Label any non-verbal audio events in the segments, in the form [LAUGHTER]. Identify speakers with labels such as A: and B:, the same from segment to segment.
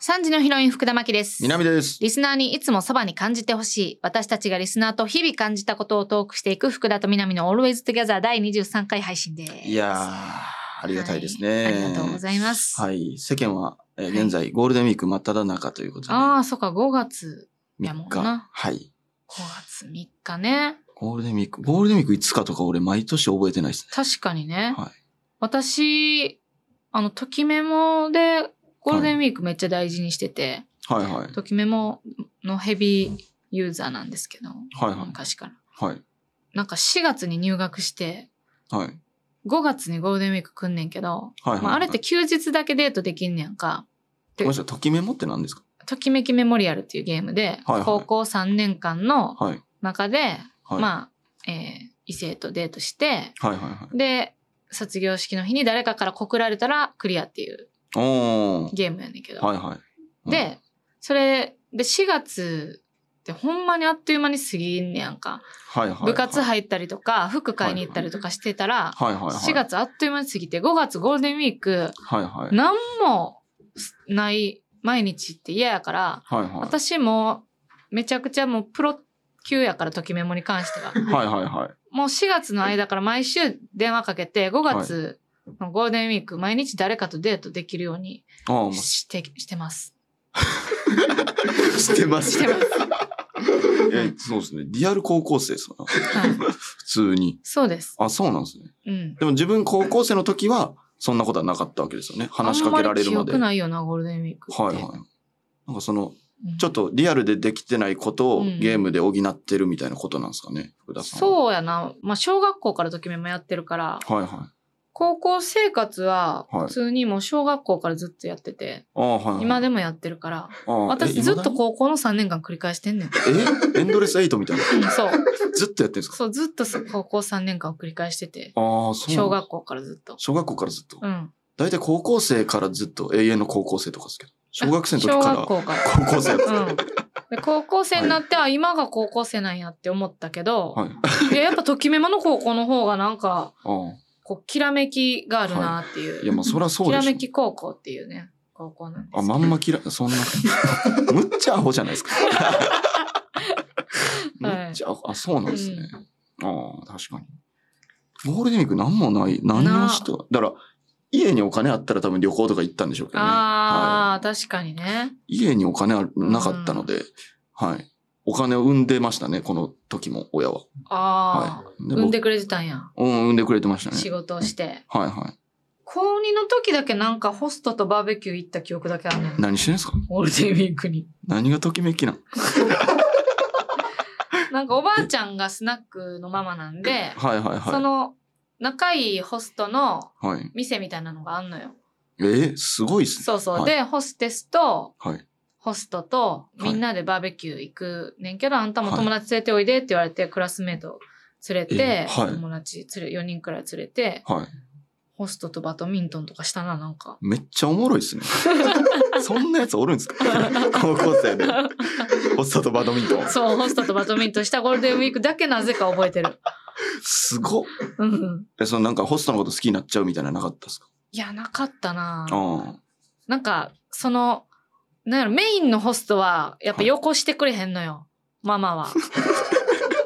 A: 3時のヒロイン福田真希です。
B: 南です。
A: リスナーにいつもそばに感じてほしい。私たちがリスナーと日々感じたことをトークしていく福田と南の Always Together 第23回配信です。
B: いやー、ありがたいですね。
A: ありがとうございます。
B: はい。世間は、えー現在、ゴールデンウィーク真っ只中ということで、
A: ああ、そっか、5月、いやも
B: 3
A: うな
B: 日。はい。
A: 5月3日ね。
B: ゴールデンウィーク、ゴールデンウィークいつかとか俺毎年覚えてないです
A: 確かにね
B: ね。。はい。
A: 私、あの、ときメモでゴールデンウィークめっちゃ大事にしてて、
B: はいはい。
A: ときメモのヘビーユーザーなんですけど、
B: はいはい
A: 昔から。
B: はい。
A: なんか4月に入学して、
B: はい。
A: 5月にゴールデンウィーク来んねんけど、
B: はいはい。
A: まあ、あれって、休日だけデートできんねやんか。
B: ごめんなさい、ときメモって何ですか
A: ときめきメモリアルっていうゲームで、
B: はいはい
A: 高校3年間の
B: はい。
A: 中で、
B: はい。
A: まあ、えー異性とデートして、
B: はいはいはい。
A: で、卒業式の日に誰かから告られたらクリアっていう
B: おー。
A: ゲームやねんけど。
B: はいはい。うん、
A: で、それ、で、4月ってほんまにあっという間に過ぎんねやんか。
B: はいはいはい
A: 部活入ったりとか、服買いに行ったりとかしてたら、
B: はいはいはい。
A: 4。月あっという間に過ぎて、5月ゴールデンウィーク、
B: はいはい。
A: なんもない毎日って嫌やから、
B: はいはい。
A: 私もめちゃくちゃもうプロ級やから、ときメモに関して
B: [LAUGHS]
A: は。
B: はいはいはい。
A: もう4月の間から毎週電話かけて、5月のゴールデンウィーク、毎日誰かとデートできるように
B: ああ、もう知
A: して、してます。
B: ってます。
A: してます。
B: [LAUGHS] え、そうですね。リアル高校生ですよな。 [LAUGHS]
A: はい
B: 普通に。
A: そうです。
B: あ、そうなんですね。
A: うん。
B: でも自分高校生の時は、そんなことはなかったわけですよね。話しかけら
A: あんま
B: れるま
A: り記
B: で。
A: 憶
B: は
A: ないよな、ゴールデンウィーク
B: い
A: って。
B: はい。なんかその、
A: うん
B: ちょっとリアルでできてないことを
A: うん
B: ゲームで補ってるみたいなことなんですかね、福田さんは。
A: そうやな。まあ、小学校からときめもやってるから、
B: はいはい。
A: 高校生活は
B: はい
A: 普通にもう小学校からずっとやってて、
B: ああ、はいはい。
A: 今でもやってるから、
B: ああ
A: 私ずっと
B: う。
A: 高校の3年間繰り返してんねん。
B: えエンドレスエイトみたいな。
A: うんそう。
B: ずっとやってるんですか
A: そう、ずっとそう高校3年間を繰り返してて、
B: ああ、そうなん
A: 小学校からずっと。
B: 小学校からずっと
A: う。ん。
B: 大体高校生からずっと、永遠の高校生とかですけど。小学生の時
A: 小
B: か
A: 学
B: ら
A: 校から。
B: 高校生やった。
A: うん、で高校生になって、あ今が高校生なんやって思ったけど、
B: はい。
A: いややっぱときめもの高校の方がなんか
B: あ
A: こうきらめきがあるなっていう、
B: あ。いや、まあそりゃそう
A: き
B: で
A: ら
B: しょ
A: め。き高校っていうね高校なんですけど
B: あ、まんま嫌い、そ
A: [LAUGHS]
B: んな。むっちゃアホじゃないですか。む
A: はい
B: っちゃアホ、あ、そうなんですね。ああ、確かに。ゴールデンウィークなんもない。何をしてはだから、家にお金あったら多分旅行とか行ったんでしょうけどね。は
A: あー、確かにね
B: い、家にお金あるなかったので、はい。お金を産んでましたね、この時も、親は。
A: ああ、
B: はい。で
A: 産んで
B: 僕
A: くれてたんや
B: うん、産んでくれてました
A: 仕
B: ね。
A: 事をして
B: はいはい。
A: 高2の時だけなんかホストとバーベキュー行った記憶だけあるねん
B: 何してんですか
A: ゴールデンウィークに
B: 何がときめきなん
A: なんかおばあちゃんがスナックのママなんで、
B: はいはい
A: そ
B: は
A: の仲いいホストの
B: い。はい。
A: 店みたいなのがあんのよ
B: えー、すごいっすね。
A: そうそう、
B: はい
A: でホステスと
B: はい。
A: ホストと
B: はい
A: みんなでバーベキュー行くねんけど、あんたも友達連れておいでって言われてクラスメート連れて
B: え、はい
A: 友達連れ4人くらい連れて
B: はい。
A: ホストとバドミントンとかしたななんか
B: めっちゃおもろいっすね。 [LAUGHS] そんなやつおるんですか [LAUGHS] 高校生で。ホストとバドミントン。
A: そう、ホストとバドミントンしたゴールデンウィークだけなぜか覚えてる。
B: すごっ。
A: うん。
B: え、そのなんかホストのこと好きになっちゃうみたいなのなかったですか
A: いや、なかったな
B: あ
A: なんか、その、なんやろ、メインのホストは、やっぱよこしてくれへんのよ。ママ
B: [LAUGHS]
A: は。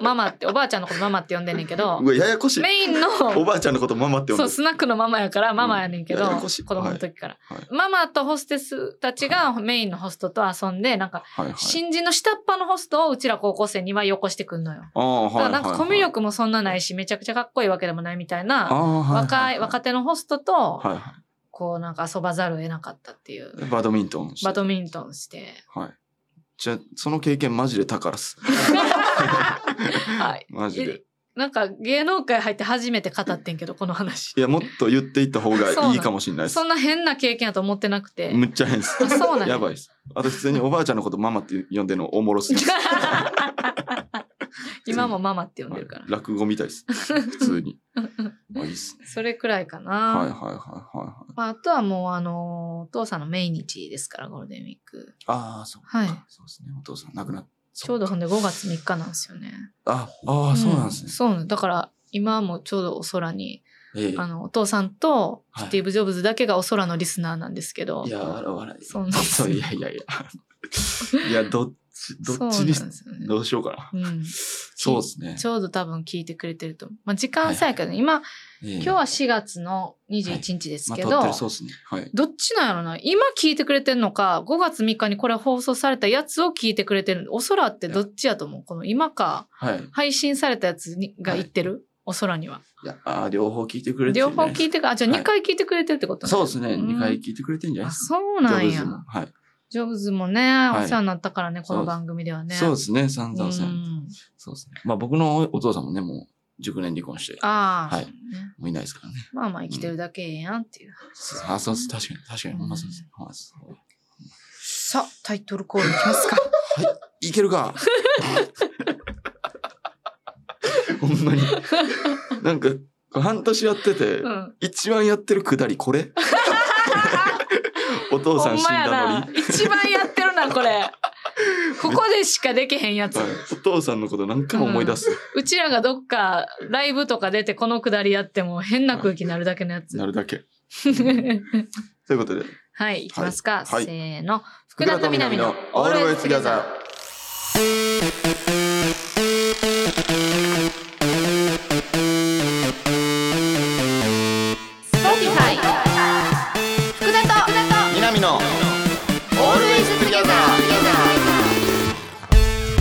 A: ママって、おばあちゃんのことママって呼んでんねんけ
B: あ。
A: ど
B: う、わ、ややこしい。
A: メインの、
B: おばあちゃんのことママって呼ん
A: そう、
B: でる。
A: スナックのママやからママやねんけど、
B: うんややこしい
A: 子供の時から、
B: はいは
A: ママとホステスたちがメインのホストと遊んで、なんか、
B: はいはい。
A: 新人の下っ端のホストをうちら高校生にはよこしてくんのよ。
B: あ
A: だから
B: あ、はいはい。
A: なんかコミュ力もそんなないし、めちゃくちゃかっこいいわけでもないみたいな、若い、若
B: 手。
A: 手のホストと、
B: はいは
A: こうなんか遊ばざるを得なかったっていう。
B: い。バドミントンして。
A: バドミントンして。
B: はい。じゃあ、その経験マジで宝っす。
A: はい。
B: マジで。
A: なんか芸能界入って初めて語ってんけど、この話
B: い。や、もっと言っていった方がいいかもしれないです
A: そ。んな変な経験やと思ってなくて。
B: むっちゃ変っす。
A: あそうなんや
B: やばいっす。あと普通におばあちゃんのことママって呼んでるのおもろすぎます
A: [LAUGHS] 今もママって呼んでるから。
B: はい落語みたいです。
A: [LAUGHS]
B: 普通に。まあ、いいっすね。
A: それくらいかな。
B: はいはいはいはいはい。
A: まあ、あとはもう、あのーお父さんの命日ですから、ゴールデンウィーク。
B: ああ、そうか。
A: はい
B: そうですね。お父さん亡くなっ
A: ちょうどほんで5月3日なんですよね。
B: あ、ああ、そうなんですね
A: そうなんだから、今もちょうどお空に
B: ええ
A: あの、お父さんと
B: はい
A: スティーブ・ジョブズだけがお空のリスナーなんですけど。
B: いや、笑い。
A: そうなんです
B: そう、いやいやいや。いや、どっち、どっちに
A: そうなんですよね
B: どうしようか
A: う
B: な。
A: ん、
B: そうですね。
A: ちょうど多分聞いてくれてると思う。まあ、時間さやけど、今、
B: 今
A: 今日は4月の21日です
B: ま
A: け
B: た
A: ど、
B: 撮ってるそうですね。はい。
A: どっちなんやろな今聞いてくれてんのか、5月3日にこれ放送されたやつを聞いてくれてる。お空ってどっちやと思うこの今か、
B: はい。
A: 配信されたやつにが言ってる、お空には。
B: いや、あー両方聞いてくれてる
A: 両
B: んじ
A: 方
B: ゃない
A: 聞いてくあ、じゃあ
B: はい
A: 2回聞いてくれてるってことね。
B: そうですね。
A: うん
B: 二回聞いてくれてるんじゃな
A: あ、
B: いです
A: そう
B: か。
A: なん
B: ジョブズ
A: や
B: も。はい。
A: ジョブズもね、
B: い
A: お世話になったからね、この番組ではね。
B: そうですね。散々
A: う
B: 戦。
A: ん
B: そうですね。まあ僕のお父さんもね、もう熟年離婚して、
A: ああ、
B: はい
A: ね
B: もういないですからね。
A: まあまあ生きてるだけええやんっていう。
B: あ、そうです。確かに、確かに。ほんまそうです。ほんまそう
A: さあ、タイトルコールいきます
B: [LAUGHS]
A: か。
B: いけるか [LAUGHS] ほんまに。なんか、半年やってて、
A: うん。
B: 一番やってるくだりこれ [LAUGHS] お父さ
A: ほん
B: ん死ん
A: まや
B: だ
A: な
B: の。に。
A: 一番やってるな、こ
B: [LAUGHS]
A: れ。ここでしかできへんやつ。
B: はいお父さんのこと何回も思い出す。
A: うちらがどっかライブとか出てこのくだりやっても変な空気になるだけのやつ。
B: なるだけ。ということで、
A: [LAUGHS] はい、いきますか。
B: はい
A: せーの。福田と南のオールウェイズギャザー。
C: Spotify 福田と福田と
B: 南のオールウェイズギャザ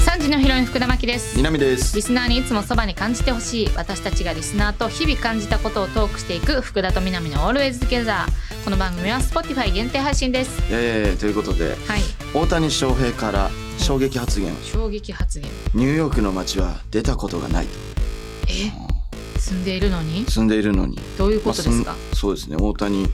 A: 三時のヒロイン福田真希です。
B: 南で
A: リ
B: す。
A: スナーにいつもそばに感じてほしい私たちがリスナーと日々感じたことをトークしていく福田と南の Always Together この番組は Spotify 限定配信です
B: えー、ということで、
A: はい
B: 大谷翔平から衝撃発言。
A: 衝撃発言
B: ニューヨークの街は出たことがない。
A: え住んでいるのに
B: 住んでいるのに。
A: どういうことです
B: ま
A: か
B: あ、そんそうですね、大谷。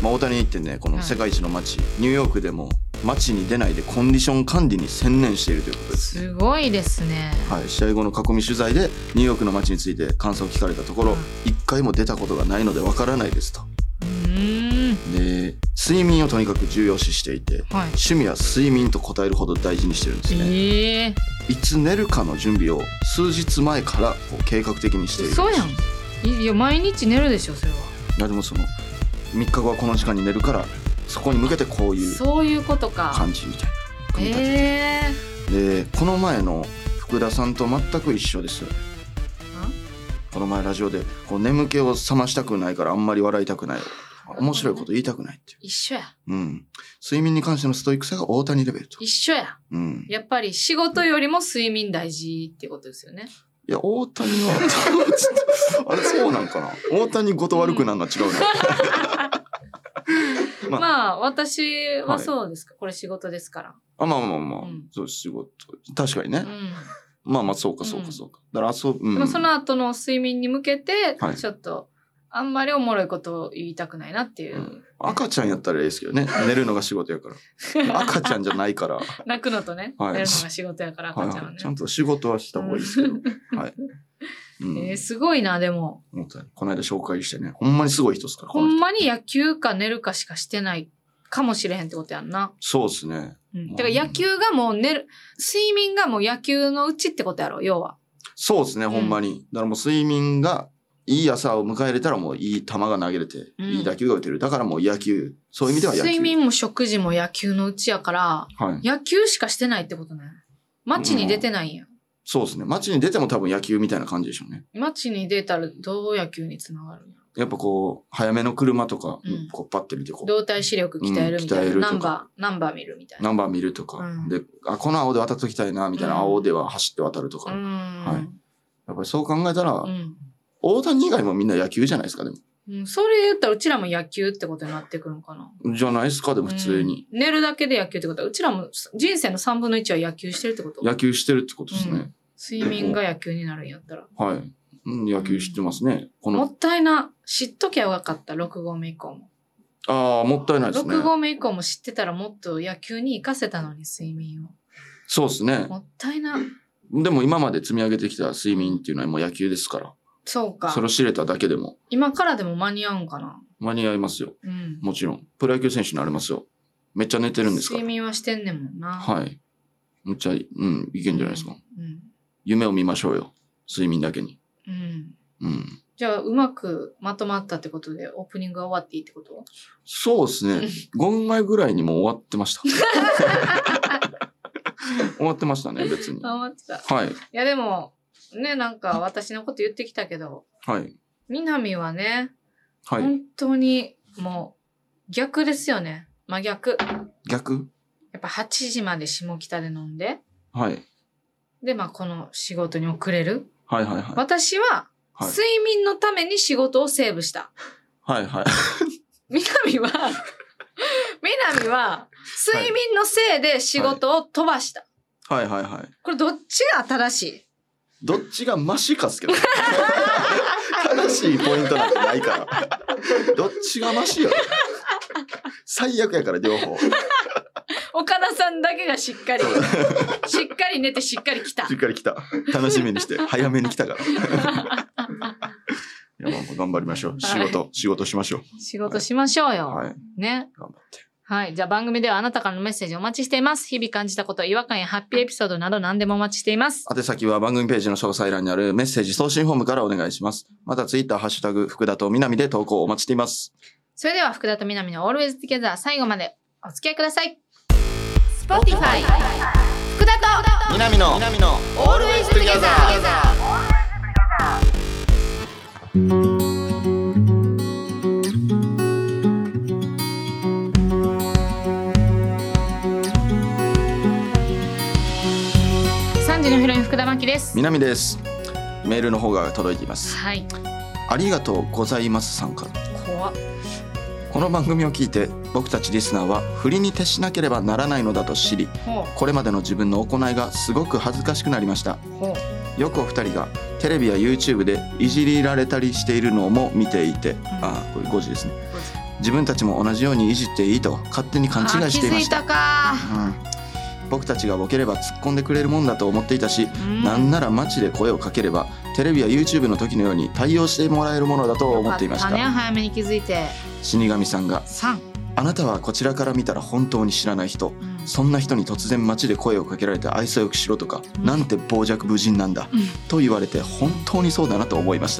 B: まあ、大谷ってね、こ
A: は
B: の
A: い
B: 世界一の街、ニューヨークでも街に出ないでコンディション管理に専念しているということですね。
A: すごいですね
B: はい、試合後の囲み取材でニューヨークの街について感想を聞かれたとこ
A: う
B: ろ
A: ん
B: 一回も出たことがないのでわからないですと
A: うーん
B: で睡眠をとにかく重要視してい
A: は
B: て
A: い
B: 趣味は睡眠と答えるほど大事にしてるんですね
A: ええ
B: いつ寝るかの準備を数日前からこう計画的にしている
A: 嘘やんいいや毎日寝るでしょそれは、
B: いやでもその3日後はこの時間に寝るからそこに向けてこういう
A: そういうことか
B: 感じみたいな組み立て
A: ええ
B: て、でこの前の福田さんと全く一緒ですよねこの前ラジオでこう眠気を覚ましたくないからあんまり笑いたくない面白いこと言いたくないっていう、
A: 一緒や
B: うん、睡眠に関してのストイックさが大谷レベルと、
A: 一緒や
B: うん、
A: やっぱり仕事よりも睡眠大事ってことですよね
B: いや大谷はちょっとあれそうなんかな大谷ごと悪くなるのは違
A: [LAUGHS]
B: うな、まあ
A: まあ私ははいそうですか、これ仕事ですから
B: あまあまあまあ、
A: うん
B: そう仕事確かにね、
A: うん
B: まあまあそうかそうかそうか、だからそう、うん、
A: でもその後の睡眠に向けて
B: はい
A: ちょっとあんまりおもろいことを言いたくないなっていう、
B: うん赤ちゃんやったらいいですけどね寝るのが仕事やか
A: [LAUGHS]
B: ら赤ちゃんじゃないから
A: 泣くのとね、
B: はい
A: やるのが仕事やから
B: はい
A: 赤ちゃんは
B: は
A: ね
B: い、ちゃんと仕事はした方がいいで
A: [LAUGHS]
B: すけど、はい、うん
A: えーすごいなでも
B: 思ったねこの間紹介してね、ほんまにすごい人ですから、こ
A: ほ
B: の人。
A: んまに野球か寝るかしかしてないかもしれへんってことやんな、
B: そうですね。
A: うん、だから野球がもう寝る睡眠がもう野球のうちってことやろ要は
B: そうですね、ほんまに。だからもう睡眠が、いい朝を迎え入れたらもういい球が投げれて、
A: うん
B: いい打球が打てる。だからもう野球。そういう意味では野球。
A: 睡眠も食事も野球のうちやから
B: はい。
A: 野球しかしてないってことね街に出てないんや、
B: そうですね。街に出ても多分野球みたいな感じでしょうね。
A: 街に出たらどう野球につながるんや
B: やっぱこう、早めの車とか、
A: うん
B: こうパッて見てこう、
A: 動体視力鍛えるみたいな、
B: うん鍛えると
A: ナ
B: か
A: ンバーナンバー見るみたいな
B: ナンバー見るとか、
A: うん
B: で、あ、この青で渡っときたいな、みたいな、
A: うん
B: 青では走って渡ると
A: う
B: か。や
A: ん、
B: はいっぱりそう考えたら、
A: うん
B: 大谷以外もみんな野球じゃないですか、で
A: うん、それ言ったらうちらも野球ってことになってくるのかな
B: も。じゃないですか、でも普通に。
A: うん寝るだけで野球ってことはうちらも人生の3分の1は野球してるってこと
B: 野球してるってことですね。
A: うん睡眠が野球になるんやったら
B: はい。うん、野球知ってますね。こ
A: も
B: の、
A: ったいな知っときゃよかった6合目以降も、
B: ああ、もったいないですね
A: 6。合目以降も知ってたらもっと野球に生かせたのに睡眠を
B: そうですね。
A: もったいな
B: でも今まで積み上げてきた睡眠っていうのはもう野球ですか
A: そう
B: ら、
A: か
B: それを知れただけでも
A: 今からでも間に合うんかな
B: 間に合いますよ。
A: うん
B: もちろん。プロ野球選手になれますよ。めっちゃ寝てるんですか
A: 睡眠はしてんねんもんな
B: ら。はい。めっちゃ、うん、いけんじゃないですか。
A: うん
B: 夢を見ましょうよ。睡眠だけに。
A: うん
B: うん。
A: じゃあ、うまくまとまったってことで、オープニングが終わっていいってこと
B: そうですね。5分前ぐらいにもう終わってました。終わってましたね、別に。
A: あ、待ってた。い
B: はい。
A: や、でも、ね、なんか私のこと言ってきたけど、
B: はい。
A: みなみはね、
B: はい。
A: 本当にもう逆ですよね。真逆。
B: 逆
A: やっぱ8時まで下北で飲んで、
B: はい。
A: で、まあこの仕事に遅れる。
B: はいはいはい。
A: 私は、
B: はい
A: 睡眠のために仕事をセーブした。
B: はいはい。
A: みなみは、 [LAUGHS] みなみは、睡眠のせいで仕事を飛ばした。
B: はいはいはい。
A: これどっちが正しい
B: どっちがマシかっすけど。正しいポイントなんてないから。どっちがマシよ。最悪やから両方。し
A: 岡田さんだけがしっかり、しっかり寝てしっかり
B: [LAUGHS]
A: 来た。
B: っかり来た。楽しみにして早めに来たから。いやまあもう頑張りましょう。仕事、仕事しましょ
A: 仕事しましょう
B: う。
A: よ。
B: はい。
A: ね。
B: 頑張って。
A: はい。じゃあ番組ではあなたからのメッセージお待ちしています。日々感じたこと、違和感やハッピーエピソードなど何でもお待ちしています。
B: 宛先は番組ページの詳細欄にあるメッセージ送信フォームからお願いします。またツイッター、ハッシュタグ、福田と南で投稿お待ちしています。
A: それでは福田と南の Always Together 最後までお付き合いください。Spotify 福田と
B: 南の、南の、
A: Always Together 3時のヒロイン福田真希です。
B: 南です。メールの方が届いています。
A: はい。
B: ありがとうございますさんから。
A: 怖っ。
B: この番組を聞いて僕たちリスナーは振りに徹しなければならないのだと知り
A: ほ
B: これまでの自分の行いがすごく恥ずかしくなりました
A: うほう。
B: よくお二人がテレビや YouTube でいじりられたりしているのも見ていて、ああこれ5時ですね
A: 五時
B: 自分たちも同じようにいじっていいと勝手に勘違いしていまし
A: あ
B: た
A: 気づいたか。
B: うん、僕たちがボケれば突っ込んでくれるもんだと思っていたし
A: うん
B: なんなら街で声をかければテレビや YouTube の時のように対応してもらえるものだと思っていま
A: よ
B: し
A: かったね
B: た
A: 早めに気づいて。
B: 死神さんが
A: 三。
B: あなたはこちらから見たら本当に知らない人そんな人に突然街で声をかけられて愛想よくしろとか、
A: うん
B: なんて傍若無人なんだ、
A: うん
B: と言われて本当にそうだなと思いまし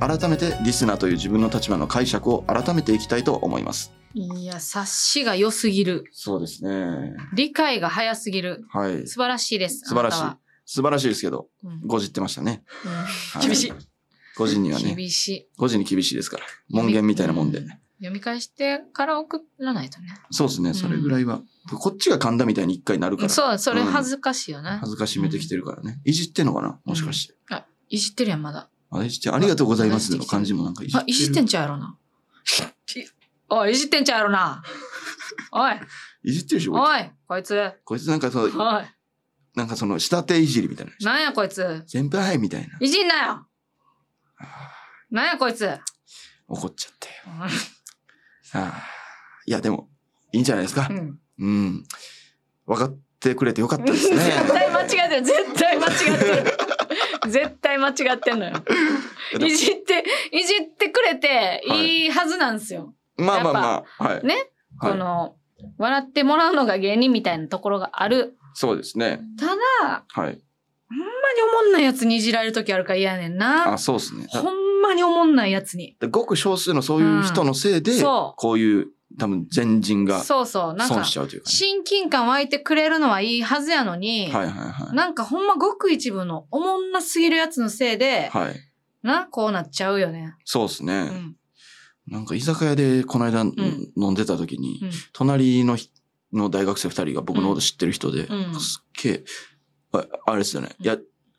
B: た改めてリスナーという自分の立場の解釈を改めていきたいと思います
A: いや察しが良すぎる。
B: そうですね
A: 理解が早すぎる。
B: はい
A: 素晴らしいです。
B: 素晴らしい
A: あな
B: 素晴らしいですけど
A: たは
B: 5時ってましたね、
A: うん
B: は
A: 厳しい
B: 5時には
A: うん
B: ね
A: 厳しい。
B: 5時に厳しいですから門限みたいなもんで
A: 読み返してから送らないとね。
B: そうですねそれぐらいは、こっちが噛んだみたいに一回なるから
A: そう、それ恥ずかしいよね。
B: 恥ずかしめてきてるからねいじってんのかなもしかして、
A: いじってるやん、まだ。
B: あいじってありがとうございますの感じもなんかいじって
A: あ
B: る、
A: いじってんちゃうやろな。 [LAUGHS] おい、いじってんちゃうやろな。 [LAUGHS] おい、
B: いじってるでしょこいつ
A: おい、こいつ。
B: こいつなんかその、
A: おい、
B: なんかその、下手いじりみたいな。
A: なんやこいつ。
B: 先輩みたいな。
A: いじんなよ。なんやこいつ。 [LAUGHS] うん
B: 怒っちゃって。ああ。いや、でも、いいんじゃないですか。うん。分かってくれてよかったです
A: [LAUGHS]
B: ね。
A: 絶対間違ってる絶対間違ってる絶対間違ってんのよ
B: でも
A: いじっていじってくれていいはずなんですよ、
B: まあまあまあ、はい。
A: ね
B: はい
A: この笑ってもらうのが芸人みたいなところがある
B: そうですね。
A: ただ
B: はい。
A: ほんまにおもんないやつにいじられる時あるから嫌やねんな
B: あ、そうですね。だ
A: ほんまにおもんないやつに
B: でごく少数のそういう人のせいで、
A: うんそう
B: こういう、多分、全人が
A: そうそうなん
B: 損
A: か
B: しちゃうというか、
A: 親近感湧いてくれるのはいいはずやのに、
B: ね。はいはいは
A: なんかほんまごく一部のおもんなすぎるやつのせいで、
B: い。はい。
A: なこうなっちゃうよね、
B: そうですね。
A: うん
B: なんか居酒屋でこの間、飲んでた時に、
A: うん
B: 隣のひの大学生2人が僕のこと知ってる人で、
A: うんうん
B: すっげえ、ああれですよね、
A: うん
B: いや、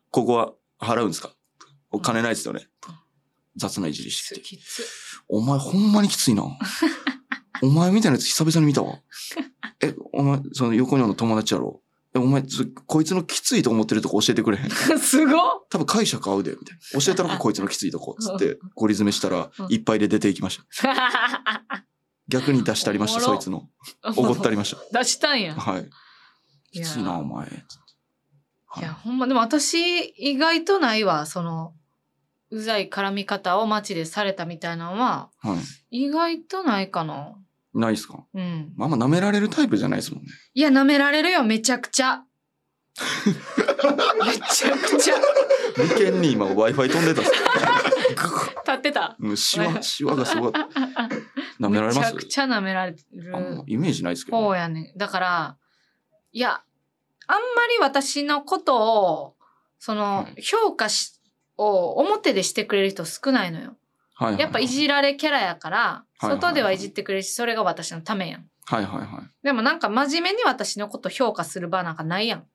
B: ここは払うんですかお金ないですよね、
A: うん
B: 雑ないじり
A: き
B: して
A: つ
B: きて。
A: きつ
B: お前ほんまにきつ
A: [LAUGHS]
B: いな。お前みたいなやつ久々に見たわ。え、お前、その横におるの友達やろ。え、お前、そこいつのきついと思ってるとこ教えてくれへん。
A: [LAUGHS] すご
B: [LAUGHS]
A: っ
B: 多分解釈合うで、みたいな。教えたのかこいつのきついとこ、つって、ゴリ詰めしたら
A: うん、
B: いっぱいで出ていきました。逆に出してありました、
A: おも
B: そ
A: ろ
B: いつの。おごったりまし
A: 出したんや
B: た。。はい。きついな、お前。
A: いや、ほんま、でも私、意外とないわ。その、うざい絡み方を街でされたみたいなのは、
B: はい。
A: 意外とないかな。
B: ないっすか
A: うん。
B: あんま舐められるタイプじゃないですもんね。 [LAUGHS]
A: いや、舐められるよ、めちゃくちゃ。めちゃくちゃ
B: 眉間に今 Wi-Fi 飛んでたっす。
A: 立ってた
B: もうシワ、シワがすごい。舐められま
A: めちゃ
B: す
A: くちゃ舐められてる
B: あんまイメージないですけど
A: 方
B: ね。
A: やねだからいやあんまり私のことをその、
B: は
A: 評価しを表でしてくれる人少ないのよ
B: はいはいはい
A: やっぱいじられキャラやから
B: いはいはい
A: 外ではいじってくれるしそれが私のためやん
B: はいはいはい。
A: でもなんか真面目に私のこと評価する場なんかないやん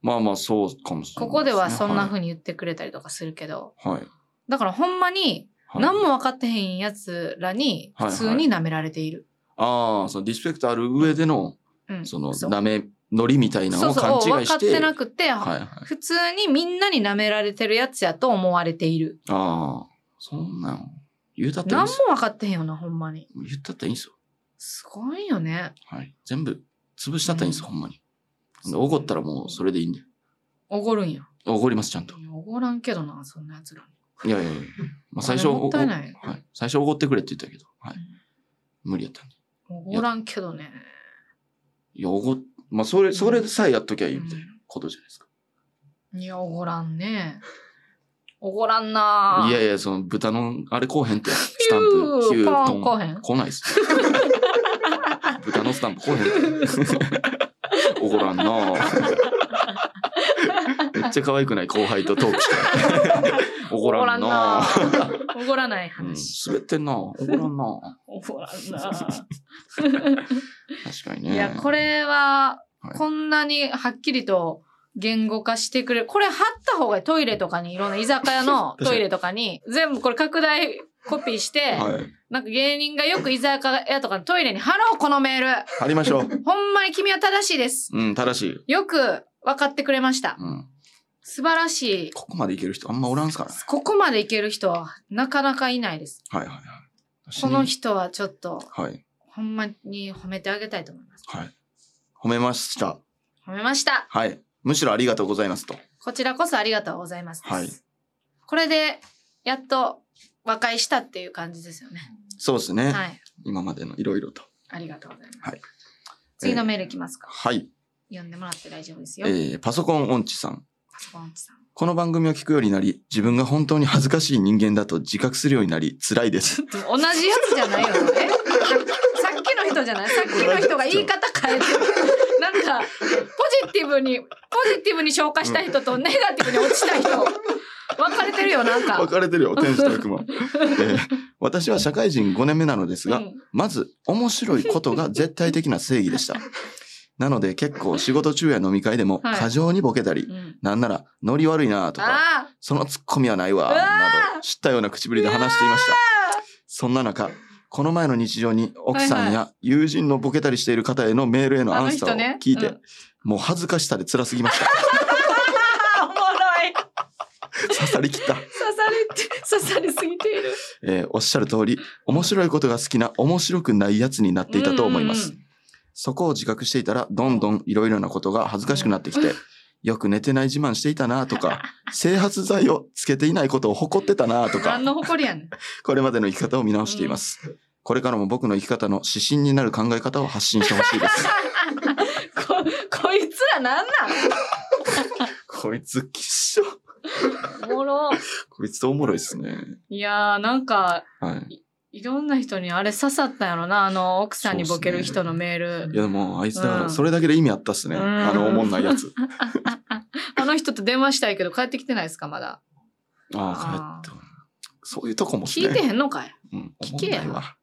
B: まあまあそうかもし
A: こ
B: れないすね、
A: こではそんな
B: ふう
A: 風に言ってくれたりとかするけど
B: に。はい。
A: だからほんまに
B: はい
A: 何も分かってへんやつらに普通に舐められている、
B: ああ、そのディスペクトある上での、
A: うん
B: その、
A: そう
B: なめ、ノリみたいな
A: そ
B: の
A: う
B: を
A: そ
B: 勘
A: う
B: 違
A: 分
B: い
A: かっ
B: して。
A: てなくて、
B: はいはい。
A: 普通にみんなに舐められてるやつやと思われている。
B: ああ、そんなん、言うたっていいん
A: 何
B: で
A: も
B: すよ。
A: 分かってへんよな、ほんまに。
B: 言ったっていいんですよ。
A: すごいよね。
B: はい。全部、潰したったらいいんですよ、
A: う
B: ほんまに。で怒ったらもう、それでいいんで。
A: おごるんや。
B: 怒ります、ちゃんと。
A: いやおごらんけどな、そんなやつらに。
B: いやいやいや。まあ最初、
A: あれもったいない
B: おおはい。最初怒ってくれって言ったけど、はい。無理やったんで。
A: おごらんけどね。
B: いや、怒っ、まあそれ、それさえやっときゃいいみたいなことじゃないですか。
A: いや、おごらんね。おごらんないい
B: やいや、その豚の、あれこうへんって、スタンプ、
A: ピューポン
B: トン
A: こうへん
B: 来ないです。豚のスタンプこうへん。 [LAUGHS] 怒らんなめっちゃ可愛くない後輩とトーク [LAUGHS] して。怒らんな
A: [LAUGHS] おごらない
B: うん、
A: 話。
B: 滑ってんな怒らんな
A: おごらんな
B: 確かにね。
A: いや、これは
B: は、い
A: こんなにはっきりと言語化してくれる。これ貼った方がいいトイレとかに、いろんな居酒屋の
B: [LAUGHS] 確かに
A: トイレとかに、全部これ拡大コピーして、
B: はい。
A: なんか芸人がよく居酒屋とかのトイレに貼ろう、このメール。
B: 貼りましょう。
A: ほんまに君は正しいです。
B: うん、正しい。
A: よく分かってくれました。
B: うん。
A: 素晴らしい。
B: ここまでいける人あんまおらんすからね。
A: ここまでいける人はなかなかいないです。
B: はいはいはい。私
A: こ
B: に
A: の人はちょっと、
B: はい。
A: ほんまに褒めてあげたいと思います。
B: はい。褒めました。
A: 褒めました。
B: はい。むしろありがとうございますと。
A: こちらこそありがとうございますです。
B: はい
A: これで、やっと和解したっていう感じですよね。
B: そうですね。
A: はい。
B: 今までのいろいろと。
A: ありがとうございます。
B: はい
A: 次のメールいきますか。
B: はい。
A: 読んでもらって大丈夫です
B: え
A: よ。
B: ー、パソコン音痴さん。
A: パソコンおじさん。
B: この番組を聞くようになり、自分が本当に恥ずかしい人間だと自覚するようになり、辛いです。
A: でも同じやつじゃない
B: [LAUGHS]
A: よね。えさっきの人じゃないさっきの人が言い方変えてる。なんか、ポジティブに、ポジティブに消化した人とネガティブに落ちた人。分かれてるよ、なんか。
B: 分かれてるよ、天使と
A: [LAUGHS]
B: 悪魔。えー私は社会人5年目なのですが、
A: うん
B: まず、面白いことが絶対的な正義でした。なので、結構仕事中や飲み会でも、
A: はい
B: 過剰にボケたり、
A: うん
B: なんなら、ノリ悪いなとか、
A: あ
B: そのツッコミはないわ、
A: うわー
B: など、知ったような口ぶりで話していました。そんな中、この前の日常に奥さんや友人のボケたりしている方へのメールへのアンサーを聞い
A: あの人
B: て
A: ね、
B: もう恥ずかしさで辛すぎ
A: [LAUGHS]
B: ました。
A: あ、おもろい。
B: 刺さりきった。
A: 刺されて、刺されすぎている。
B: えーおっしゃる通り、面白いことが好きな面白くないやつになっていたと思いま
A: う
B: す。
A: んうん
B: そこを自覚していたら、どんどんいろいろなことが恥ずかしくなってきて、よく寝てない自慢していたなと
A: [LAUGHS]
B: か、整髪剤をつけていないことを誇ってたなと
A: うん。
B: か
A: 何、の誇りやねん。
B: これまでの生き方を見直しています。これからも僕の生き方の指針になる考え方を発信してほしい
A: [LAUGHS]
B: です。
A: こ、こいつらなんな
B: こいつ、きっしょ。
A: んおもろ。
B: こいつおもろいっすね。
A: いやー、なんか、
B: はい。
A: いろんな人にあれ刺さったんやろな、あの、奥さんにボケる人のメール。
B: いや、でも、あいつだか
A: うん
B: ら、それだけで意味あったっすね。
A: うん
B: あの、おもんない
A: [LAUGHS]
B: やつ。
A: あの人と電話したいけど帰ってきてないですか、まだ。
B: ああ、帰ってこない。そういうとこもっすね
A: 聞いてへんのかい。
B: うん、
A: 聞けや
B: おもんないわ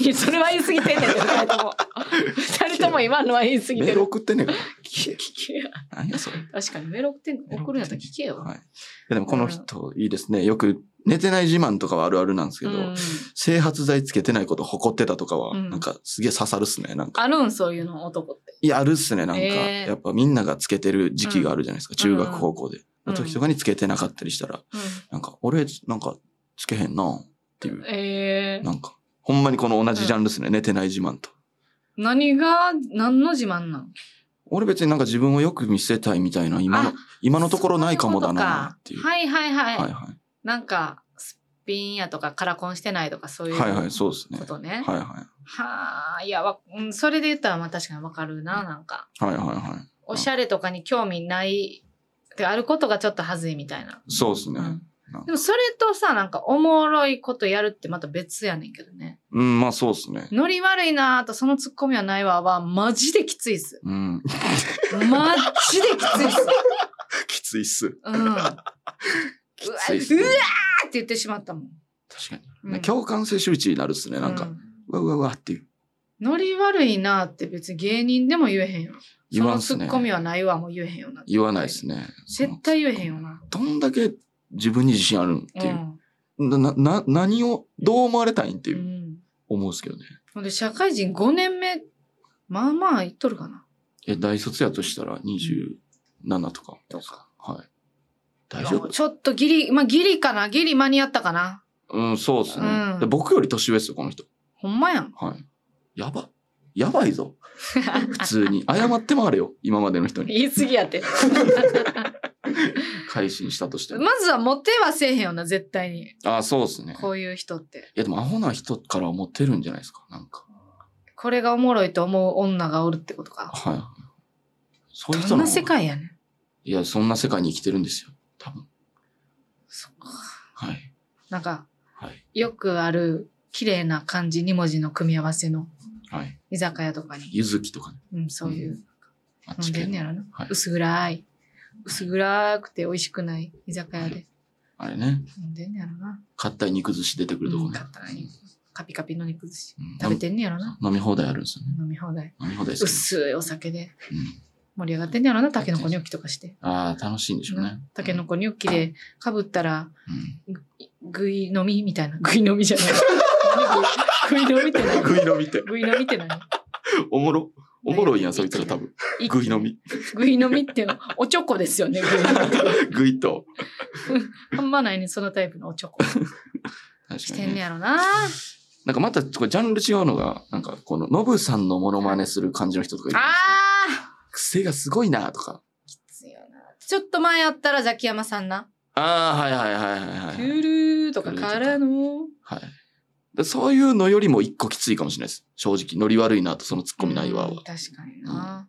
A: いや、それは言い過ぎてんねんけど、二人とも。二人とも今のは言い過ぎ
B: メ
A: て
B: ール
A: る。
B: 送ってんねんから。
A: 聞けや。
B: 何やそれ。
A: 確かにメール送ってん送るんやったら聞けよ。
B: はい。いやでもこの人、いいですね。よく寝てない自慢とかはあるあるなんですけど、
A: うん
B: 整髪剤つけてないこと誇ってたとかは、
A: うん
B: なんかすげえ刺さるっすね。なんか。
A: あるん、そういうの、男って。
B: いや、あるっすね。なんか、
A: えー
B: やっぱみんながつけてる時期があるじゃないですか。中
A: うん
B: 学、高校で。
A: うん
B: の時とかにつけてなかったりしたら、
A: うん
B: なんか、俺、なんか、つけへんなっていう。
A: えー
B: なんか、ほんまにこの同じジャンルっすね。寝てない自慢と。
A: 何が、何の自慢なん
B: 俺別になんか自分をよく見せたいみたいな、今の
A: あ、
B: 今のところないかもだなっていう。
A: そういうことかはいはい
B: は
A: はいい。
B: はい。
A: なんか、スピンやとかカラコンしてないとかそういう
B: はいはい、そうですね
A: こ。とね。
B: はいは
A: はあ、いや、わうん、それで言ったらまあ確かにわかるな、なんか。
B: い。はいはいはい。
A: おしゃれとかに興味ないであることがちょっと恥ずいみたいな、
B: そうですね。
A: うんでもそれとさなんかおもろいことやるってまた別やねんけどね
B: うん、まあそうですね。
A: ノリ悪いなーとそのツッコミはないわはマジできついっす
B: うん、 [LAUGHS]
A: マジできついっす
B: きついっす。
A: うんうわ
B: き
A: うわ
B: ついっ
A: ーっ
B: す、
A: て
B: ね。
A: 言ってしまったもん、
B: 確かに、
A: うん
B: 共感性周知になるっすね。なんか、う
A: う
B: わうわうわっていう。
A: ノリ悪いなーって別に芸人でも言えへんよ
B: 言わんっ
A: そ
B: す
A: のツ
B: ね
A: ッ。コミはないわも言えへんよな
B: 言わないっすね。
A: 絶対言えへんよな
B: どんだけ自分に自信あるんっていう。な、な、な何を、どう思われたいんって
A: う
B: い
A: んう
B: う、
A: ん、
B: 思うんですけどね。
A: ほんで社会人5年目まあまあいっとるかな
B: え、大卒やとしたら27とか。
A: とか
B: はい。大丈夫
A: ちょっとギリまあギリかなギリ間に合ったかな
B: うん、そうですね、
A: うん
B: で僕より年上ですよ、この人。
A: ほんまやん
B: はい。やば。やばい
A: [LAUGHS]
B: ぞ。普通に。謝ってもあれよ。今までの人に。
A: 言い過ぎ
B: [LAUGHS]
A: やって
B: 改心したとしても。
A: まずはモテはせえへんよな絶対に
B: あ、そうですね。
A: こういう人って
B: いや、でもアホな人から思ってるんじゃないですか。なんか。
A: これがおもろいと思う女がおるってことか
B: はい。そういう人
A: どんな
B: の方が
A: 世界やねん
B: いや、そんな世界に生きてるんですよ。多分。
A: そっか
B: はい。
A: なんか
B: はい。
A: よくある綺麗な漢字2文字の組み合わせの
B: はい。
A: 居酒屋とかに、
B: ゆずきとかね。
A: うん、そういう
B: あっ
A: 飲
B: ち
A: んで
B: 系
A: んね
B: の。
A: やろな、
B: はい
A: 薄暗い薄暗くて美味しくない居酒屋で
B: あれね。
A: 飲んでんねやろな
B: 硬い肉寿司出てくるとこね
A: うん硬い。カピカピの肉寿司
B: うん
A: 食べてんねやろな
B: 飲み放題あるんですよね。
A: 飲み放題
B: 飲み放題ですけど
A: 薄いお酒で
B: うん
A: 盛り上がってんねやろなタケノコニョッキとかして
B: ああ、楽しいんでしょうね。
A: タケノコニョッキでかぶったら
B: うん
A: ぐい飲みみたいなぐい飲み
B: [LAUGHS]
A: じゃないぐい飲みって何
B: グイ飲みって。
A: ぐい飲みって何
B: おもろ。おもろいやん、そいつら多分。グイ飲み。
A: ぐい飲みっておちょこですよねぐい飲み
B: グイと。
A: あんまないねそのタイプのお
B: [LAUGHS]
A: ちょこ
B: 確
A: し
B: か
A: て
B: に、
A: んね
B: ね。
A: やろな
B: なんかまた、これジャンル違うのが、なんか、この、ノブさんのモノマネする感じの人とかいるんですよ
A: あー
B: 癖がすごいなとか。
A: ですよなちょっと前やったらザキヤマさんな。
B: ああ、はいはいはいはい
A: ト
B: はい。
A: ゥルーとかからの。
B: はい。でそういうのよりも一個きついかもしれないです。正直、ノリ悪いなと、そのツッコミないわ
A: うん
B: は。
A: 確かにな。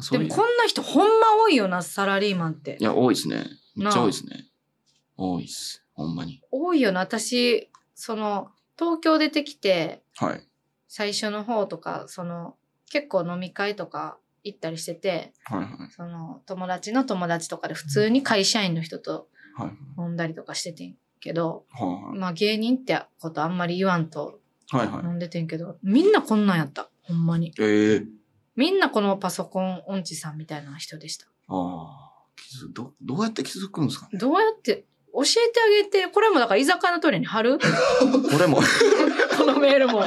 B: そ
A: で
B: うい
A: も
B: う。
A: こんな人ほんま多いよな、サラリーマンって
B: い。や、多いですね。めっちゃ多いですね。多いっす。ほんまに。
A: 多いよな、私、その、東京出てきて、
B: はい。
A: 最初の方とか、その、結構飲み会とか行ったりしてて、
B: はいはい。
A: その、友達の友達とかで普通に会社員の人と
B: はい。
A: 飲んだりとかしててんけど、
B: は
A: まあ芸人ってことあんまり言わんと
B: い。はいはい。
A: 飲んでてんけど、みんなこんなんやった。ほんまに。
B: ええー。
A: みんなこのパソコン音痴さんみたいな人でした。
B: ああ。気づど、どうやって気づくんですかね。
A: どうやって、教えてあげて、これもだから居酒屋のトイレに貼る [LAUGHS]
B: [LAUGHS] これも、
A: このメールも。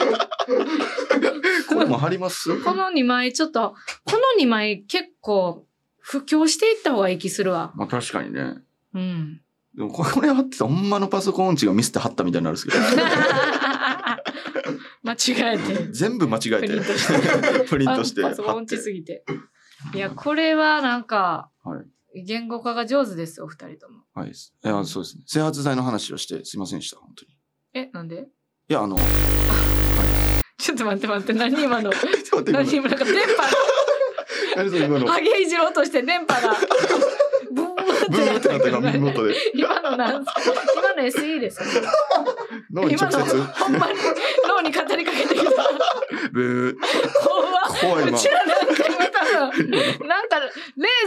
B: これも貼ります
A: この2枚ちょっと、この2枚結構、布教していった方がいい気するわ。
B: [LAUGHS] まあ確かにね。
A: うん。 [LAUGHS]
B: でもこれ貼ってたらほんまのパソコン音痴がミスって貼ったみたいになるんですけど。
A: 間違え [LAUGHS] て。
B: 全部間違え
A: プリント
B: て、
A: して。
B: [LAUGHS] プリントして
A: あ
B: 貼
A: パソコン
B: っ
A: 音痴す
B: て。
A: ぎて。いや、これはなんか、
B: はい。
A: 言語化が上手ですよ、お二人とも。
B: はい。いや、そうですね。整髪剤の話をして、すいませんでした、本当に。い
A: え、なんで
B: や、
A: [LAUGHS]
B: あの、
A: ちょっと待って待って、何今の。
B: ちょっと待
A: 何
B: って
A: 今なんか電波。
B: 今の、何それ今の、
A: ハゲいじろうとして電波
B: [LAUGHS]
A: が。ブ
B: ブー
A: ー
B: ブー
A: っ
B: っ
A: て
B: てな
A: なったた
B: っ
A: か
B: か
A: らら。
B: 耳元で。
A: 今のなんす今の SE ですか
B: 脳に
A: 今
B: 直
A: の
B: 接、
A: ほんまに脳に語りかけてきた。
B: ブ
A: 怖
B: ー。怖い、
A: っ。う
B: 今。
A: ちらなんか今多分、なんかレ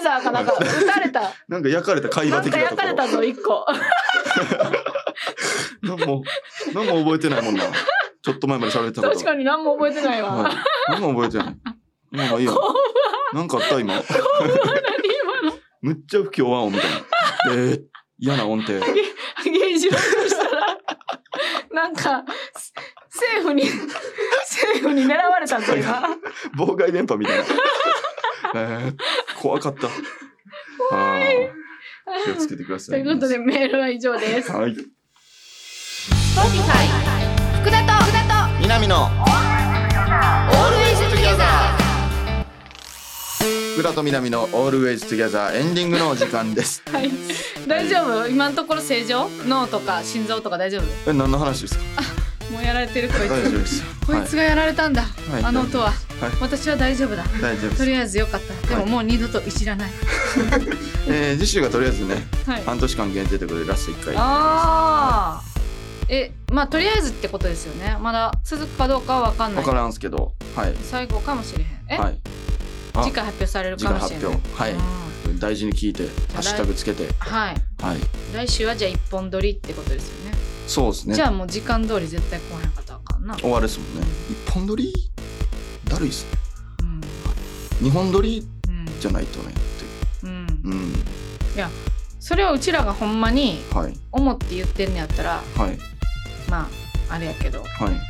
A: ーザーかなんか撃たれた。
B: なんか焼かれた会話
A: なん
B: 的
A: か
B: な
A: 焼
B: と
A: かれた
B: こ
A: ぞ、一個。
B: ろ。なんも、なんも覚えてないもんな。ちょっと前まで喋ってたこと
A: 確。かに何も覚えてないわ。
B: はい。何も覚えてない。なんかいいよ。なんかあった今。
A: 何今の
B: むっちゃ不協和音みたいな。えー、嫌な音程。
A: ハゲいじろうとしたら、なんか、政府に、政府に狙われたぞ、今。
B: 妨害電波みたいな。えー、怖かった。怖い。気をつけてくだ
A: と
B: さ
A: い
B: い。
A: うことで、メールは以上です。
B: はい。
A: Spotify 福田と福田と
B: 南の。
A: Always Together
B: 浦と南の Always Together エンディングのお時間です。
A: [LAUGHS] はい大丈夫今のところ正常脳とか心臓とか大丈夫
B: え、何の話ですか。
A: もうやられてるこい
B: 大丈夫で
A: つ
B: すよ
A: こいつがやられたんだ、
B: い
A: あの音は、
B: はい
A: 私は大丈夫だ
B: 大丈
A: と
B: 夫です、
A: りあえずよかったでももう二度といじらない
B: えー、次週がとりあえずね
A: はい
B: 半年間限定ということでラスト1回
A: ああえまあとりあえずってことですよねまだ続くかどうかは分かんな
B: 分
A: い
B: からんすけどはい
A: 最後かもしれへんえ、
B: はいあ
A: 次回発表される
B: 次
A: か
B: 回
A: もし
B: 発
A: れない
B: 表はい
A: うん
B: 大事に聞いてハッシュタグつけて
A: はい
B: はい
A: 来週はじゃあ一本撮りってことですよね
B: そうですね
A: じゃあもう時間通り絶対来へんかったらあかんな、
B: 終わるですもんね一本撮りだるいっすね
A: うん
B: 二本撮り
A: うん
B: じゃないとねって
A: うん
B: うん
A: それをうちらがほんまに
B: はい
A: 思って言ってんのやったら
B: はい
A: まああれやけど
B: はい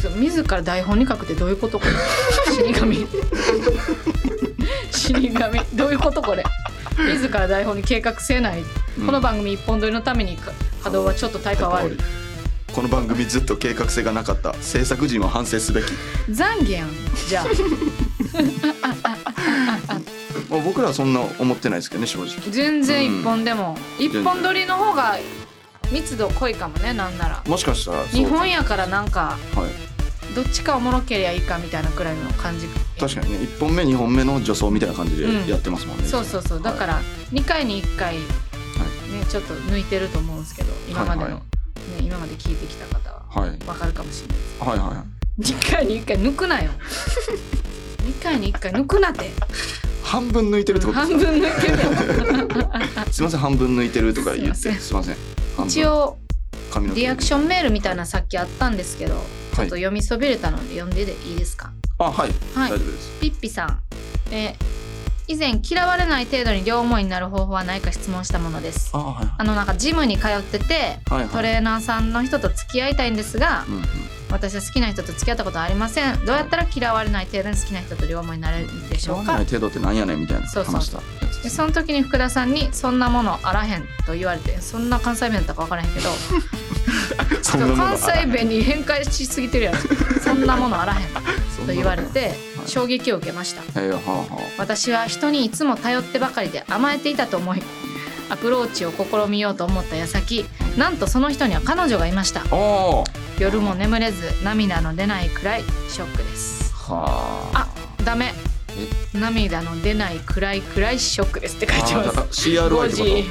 A: そう自ら台本に書くってどういうこと
B: [LAUGHS]
A: これ死神死神どういうことこれ自ら台本に計画せない、この
B: 番
A: 番組一本撮りのためにか稼働はちょっとタイプは悪い
B: この番組ずっと計画性がなかった制作陣は反省すべき
A: 懺悔やんじゃあ
B: もう僕らはそんな思ってないですけどね正直
A: 全然一本でも、一本撮りの方が密度濃いかもねなんなら
B: もしかしたらそ
A: 日
B: う
A: 本やからなんか
B: はい
A: どっちかおもろけりゃいいかみたいなくらいの感じ
B: 確かにね1本目2本目の助走みたいな感じで
A: うん
B: やってますもんね、、
A: そうそうそうだからら2回に1回ねちょっと抜いてると思うんですけど今までの
B: はい
A: ね
B: は
A: 今まで聞いてきた方は
B: はい、はい
A: わかるかもしれないです
B: はいは
A: 2回に1回抜くなよ2回に1回抜くなって
B: い半分抜いてるってこと
A: 半
B: です
A: 分
B: か
A: 抜いてるよ
B: すいません半分抜いてるとか言って
A: すいません
B: すいません半分
A: 一応
B: 髪の毛
A: リアクションメールみたいなさっきあったんですけどちょっと読みそびれたので読んででいいですか
B: あはい、
A: はい
B: 大丈夫です
A: ピッピさん、えー以前嫌われない程度に両思いになる方法はないか質問したものです
B: あはい
A: あのなんかジムに通ってて
B: はいはい
A: トレーナーさんの人と付き合いたいんですが
B: うんうん
A: 私は好きな人と付き合ったことはありませんどうやったら嫌われない程度に好きな人と両思いになれるんでし
B: しょ
A: ょ
B: う
A: う
B: がな
A: か
B: い程度ってなんやねんみたいな
A: そうそう
B: 話したやつ
A: で
B: です
A: その時に福田さんに「そんなものあらへん」と言われてそんな関西弁だったか分からへんけど
B: そんなもの
A: 関西弁に変換しすぎてるやんそんなものあらへんと言われて
B: はい
A: 衝撃を受けました
B: えー、はあは
A: 私は人にいつも頼ってばかりで甘えていたと思いアプローチを試みようと思った矢先なんとその人には彼女がいました
B: あおー
A: 夜も眠れず涙の出ないくらいショックです
B: はあ
A: あダメ涙の出ないくらいくらいショックですって書いて
B: あ
A: ま
B: だ
A: す
B: から CRI って
A: 5時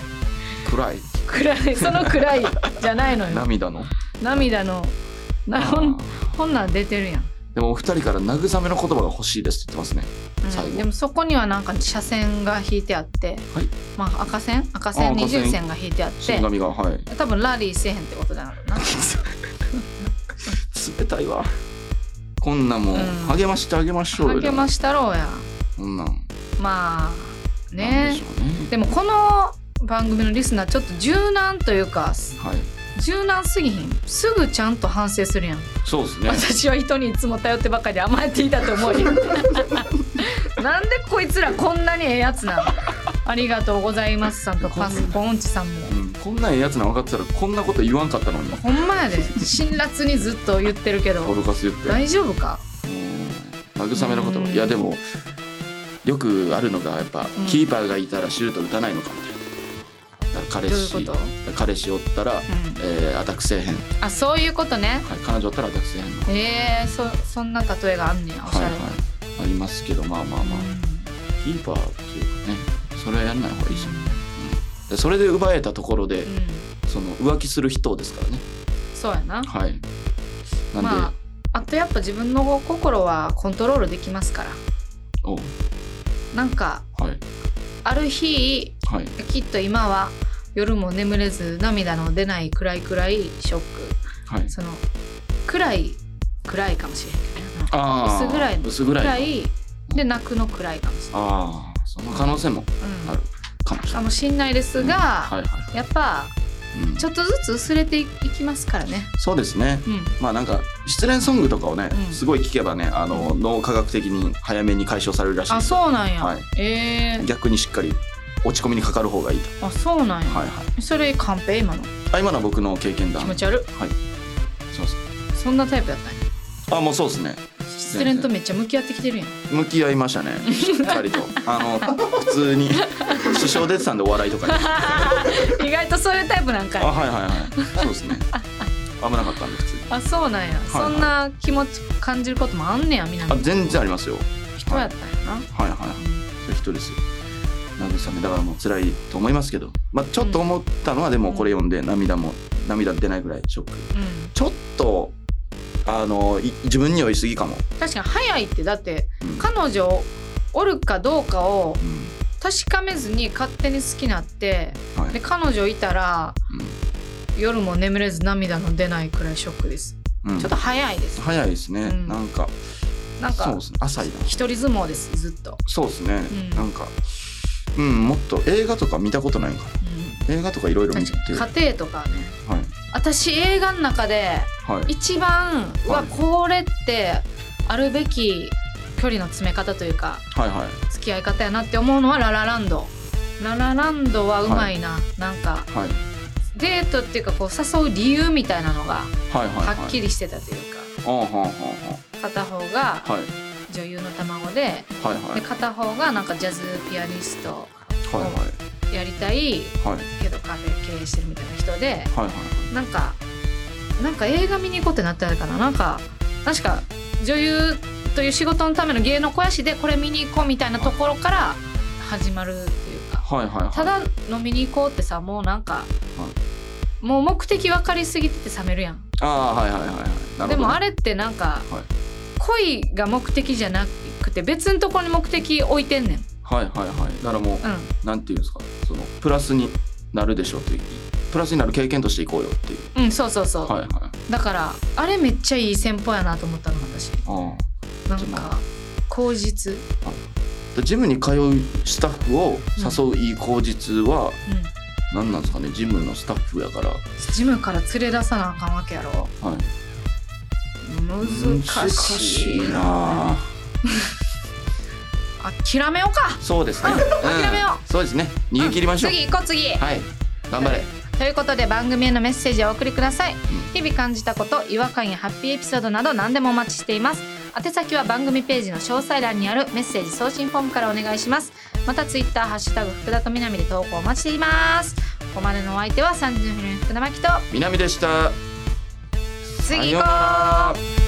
B: こと暗い
A: 暗いその暗いじゃないのよ
B: 涙の
A: 涙のなほんほんなん出てるやん、
B: でもお二人から慰めの言葉が欲しいですって言ってますね
A: うん
B: 最後
A: でもそこにはなんか斜線が引いてあって、
B: はい
A: まあ赤線赤線
B: あ赤線
A: 二重線が引いてあって
B: 死神がはい
A: [LAUGHS] 多分ラリーせえへんってことだろうな
B: 冷たいわこんなんもう
A: うん
B: 励ましてあげましょうよ、
A: 励ましたろうや
B: こんなん
A: まあ
B: なんで
A: ね
B: しょうね
A: でもこの番組のリスナーちょっと柔軟というか
B: はい
A: 柔軟すぎひんすぐちゃんと反省するやん [LAUGHS]
B: そうですね
A: 私は人にいつも頼ってばかりで甘えていたと思い [LAUGHS] なんでこいつらこんなにええやつなのありがとうございますさんとパスポンチさんも
B: うん、こんなんええやつなん分かってたらこんなこと言わんかったのに
A: ほんまやで辛辣にずっと言ってるけ
B: ボ
A: ど
B: ロカス言って
A: 大丈夫か
B: うん慰めの言葉いやでもよくあるのがやっぱ、
A: ん
B: キーパーがいたらシュート打たないのかみたいなだから彼
A: どうい
B: 氏
A: うこ
B: 彼氏おったら、
A: ん
B: えーアタックせえへん、はい、
A: あそういうことね
B: 彼女おったらアタックせえへんの
A: えー、そそんな例えがあんねんおしゃ
B: は
A: れ
B: い
A: な、
B: はいありますけどまあまあまあ、キーパーっていうかねそれはやんない方がいいし、でそれで奪えたところで、
A: うんうん
B: その浮気する人ですからね
A: そうやな
B: はいなんで、
A: まああとやっぱ自分の心はコントロールできますから
B: お
A: なんか
B: はい
A: ある日
B: はい
A: きっと今は夜も眠れず涙の出ないくらいくらいショッ
B: はい
A: クその暗い暗いかもしれんけどね
B: あー
A: 薄暗いの
B: 薄暗い
A: 暗いで泣くの暗いかもしれ
B: ああその可能性も
A: な
B: あ
A: い、
B: るかもし
A: うん、
B: れ
A: か
B: ない
A: もしんないですが、
B: はいはい
A: やっぱ
B: うん
A: ちょっとずつ薄れていきますからね
B: そうですね
A: うん
B: まあなんか失恋ソングとかをね、
A: うん
B: すごい聞けばねあの脳科学的に早めに解消されるらしい
A: あ
B: です
A: そうなんや、
B: はい
A: えー、
B: 逆にしっかり落ち込みにかかる方がいいと
A: あそうなんや、
B: はいはい
A: それカンペ今の
B: あ今のは僕の経験だ
A: 気持ち悪い
B: そうそう
A: そんなタイプやったんや
B: あもうそうですね
A: 失恋とめっちゃ向き合ってきてるやん
B: 向き合い
A: [LAUGHS]
B: ましたねしっかりとあの普通に支障出てたんでお笑いとかにあ
A: 意外とそういうタイプなんかい
B: はいはいはいそうですね危なかったんで普通に
A: あそうなんや、そんな気持ち感じることもあんねやみんな
B: あ全然ありますよ
A: 人やったんやな、
B: はいはいそういう人ですよ慰めだからもう辛いと思いますけど、まあ、ちょっと思ったのはでもこれ読んで涙も涙出ないぐらいショック
A: うん
B: ちょっとあのい自分に酔いすぎかも、
A: 確かに早いってだって
B: うん
A: 彼女おるかどうかを
B: うん
A: 確かめずに勝手に好きになって
B: はい
A: で彼女いたら夜も眠れず涙の出ないくらいショックです
B: うんうん
A: ちょっと早いです
B: 早いですね、
A: うん
B: なんか
A: なん
B: そう
A: か
B: ですね浅いな
A: 一人相撲ですずっと、
B: そうですね、
A: うん
B: なんかうんもっと映画とか見たことないんか
A: うん
B: な映画とかいろいろ見て
A: 確かに家庭とかね
B: はい
A: 私映画の中で
B: はい
A: 一番う
B: は
A: わ
B: い
A: これってあるべき距離の詰め方というか
B: はいはい
A: 付き合い方やなって思うのはララランドララランドはうまいな、なんか
B: はい
A: デートっていうかこう誘う理由みたいなのが
B: はいはいはい
A: はっきりしてたというか、
B: あはんはんはんは
A: 片方が
B: んはい
A: 女優の卵で
B: はいは
A: で
B: い
A: 片方がなんかジャズピアニスト
B: はいはい
A: やりたい
B: はい
A: けどカフェ経営してるみたいな人で
B: はいはい
A: なんかなんか映画見に行こうってなってないかななんか確か女優という仕事のための芸能肥やしでこれ見に行こうみたいなところから始まるっていうか
B: はいはいはい
A: ただ飲みに行こうってさもうなんかもう目的分かりすぎてて冷めるやん
B: ああはいはいはいはいなるほど
A: でもあ
B: れ
A: れってなんか
B: は
A: 恋が目的じゃなくて別のところに目的置いてんねん
B: はいはいはいだからもう、
A: うん
B: なんていうんですかそのプラスになるでしょうっていうプラスになる経験としていこうよっていう
A: うんそうそうそう、
B: はいはいあ
A: だからあれめっちゃいい戦法やなと思ったの私
B: あ
A: なん
B: ちょっと
A: か口実、
B: でジムに通うスタッフを誘ういい口実は、
A: うん、
B: なん、なんですかねジムのスタッフやからは
A: ジムから連れ出さなあかんわけやろ
B: い
A: 難しい
B: 難しい
A: な
B: な
A: 諦めようか
B: そうですね、
A: うん諦めよ
B: うんそうですね逃げ切りましょう、
A: 次行こう次
B: はい頑張れ
A: ということで番組へのメッセージをお送りください日々感じたこと違和感やハッピーエピソードなど何でもお待ちしています宛先は番組ページの詳細欄にあるメッセージ送信フォームからお願いしますまたツイッターハッシュタグ福田とみなみで投稿お待ちしていますここまでのお相手は3時のヒロイン福田真希と
B: 南でした
A: 次行こう
B: さようなら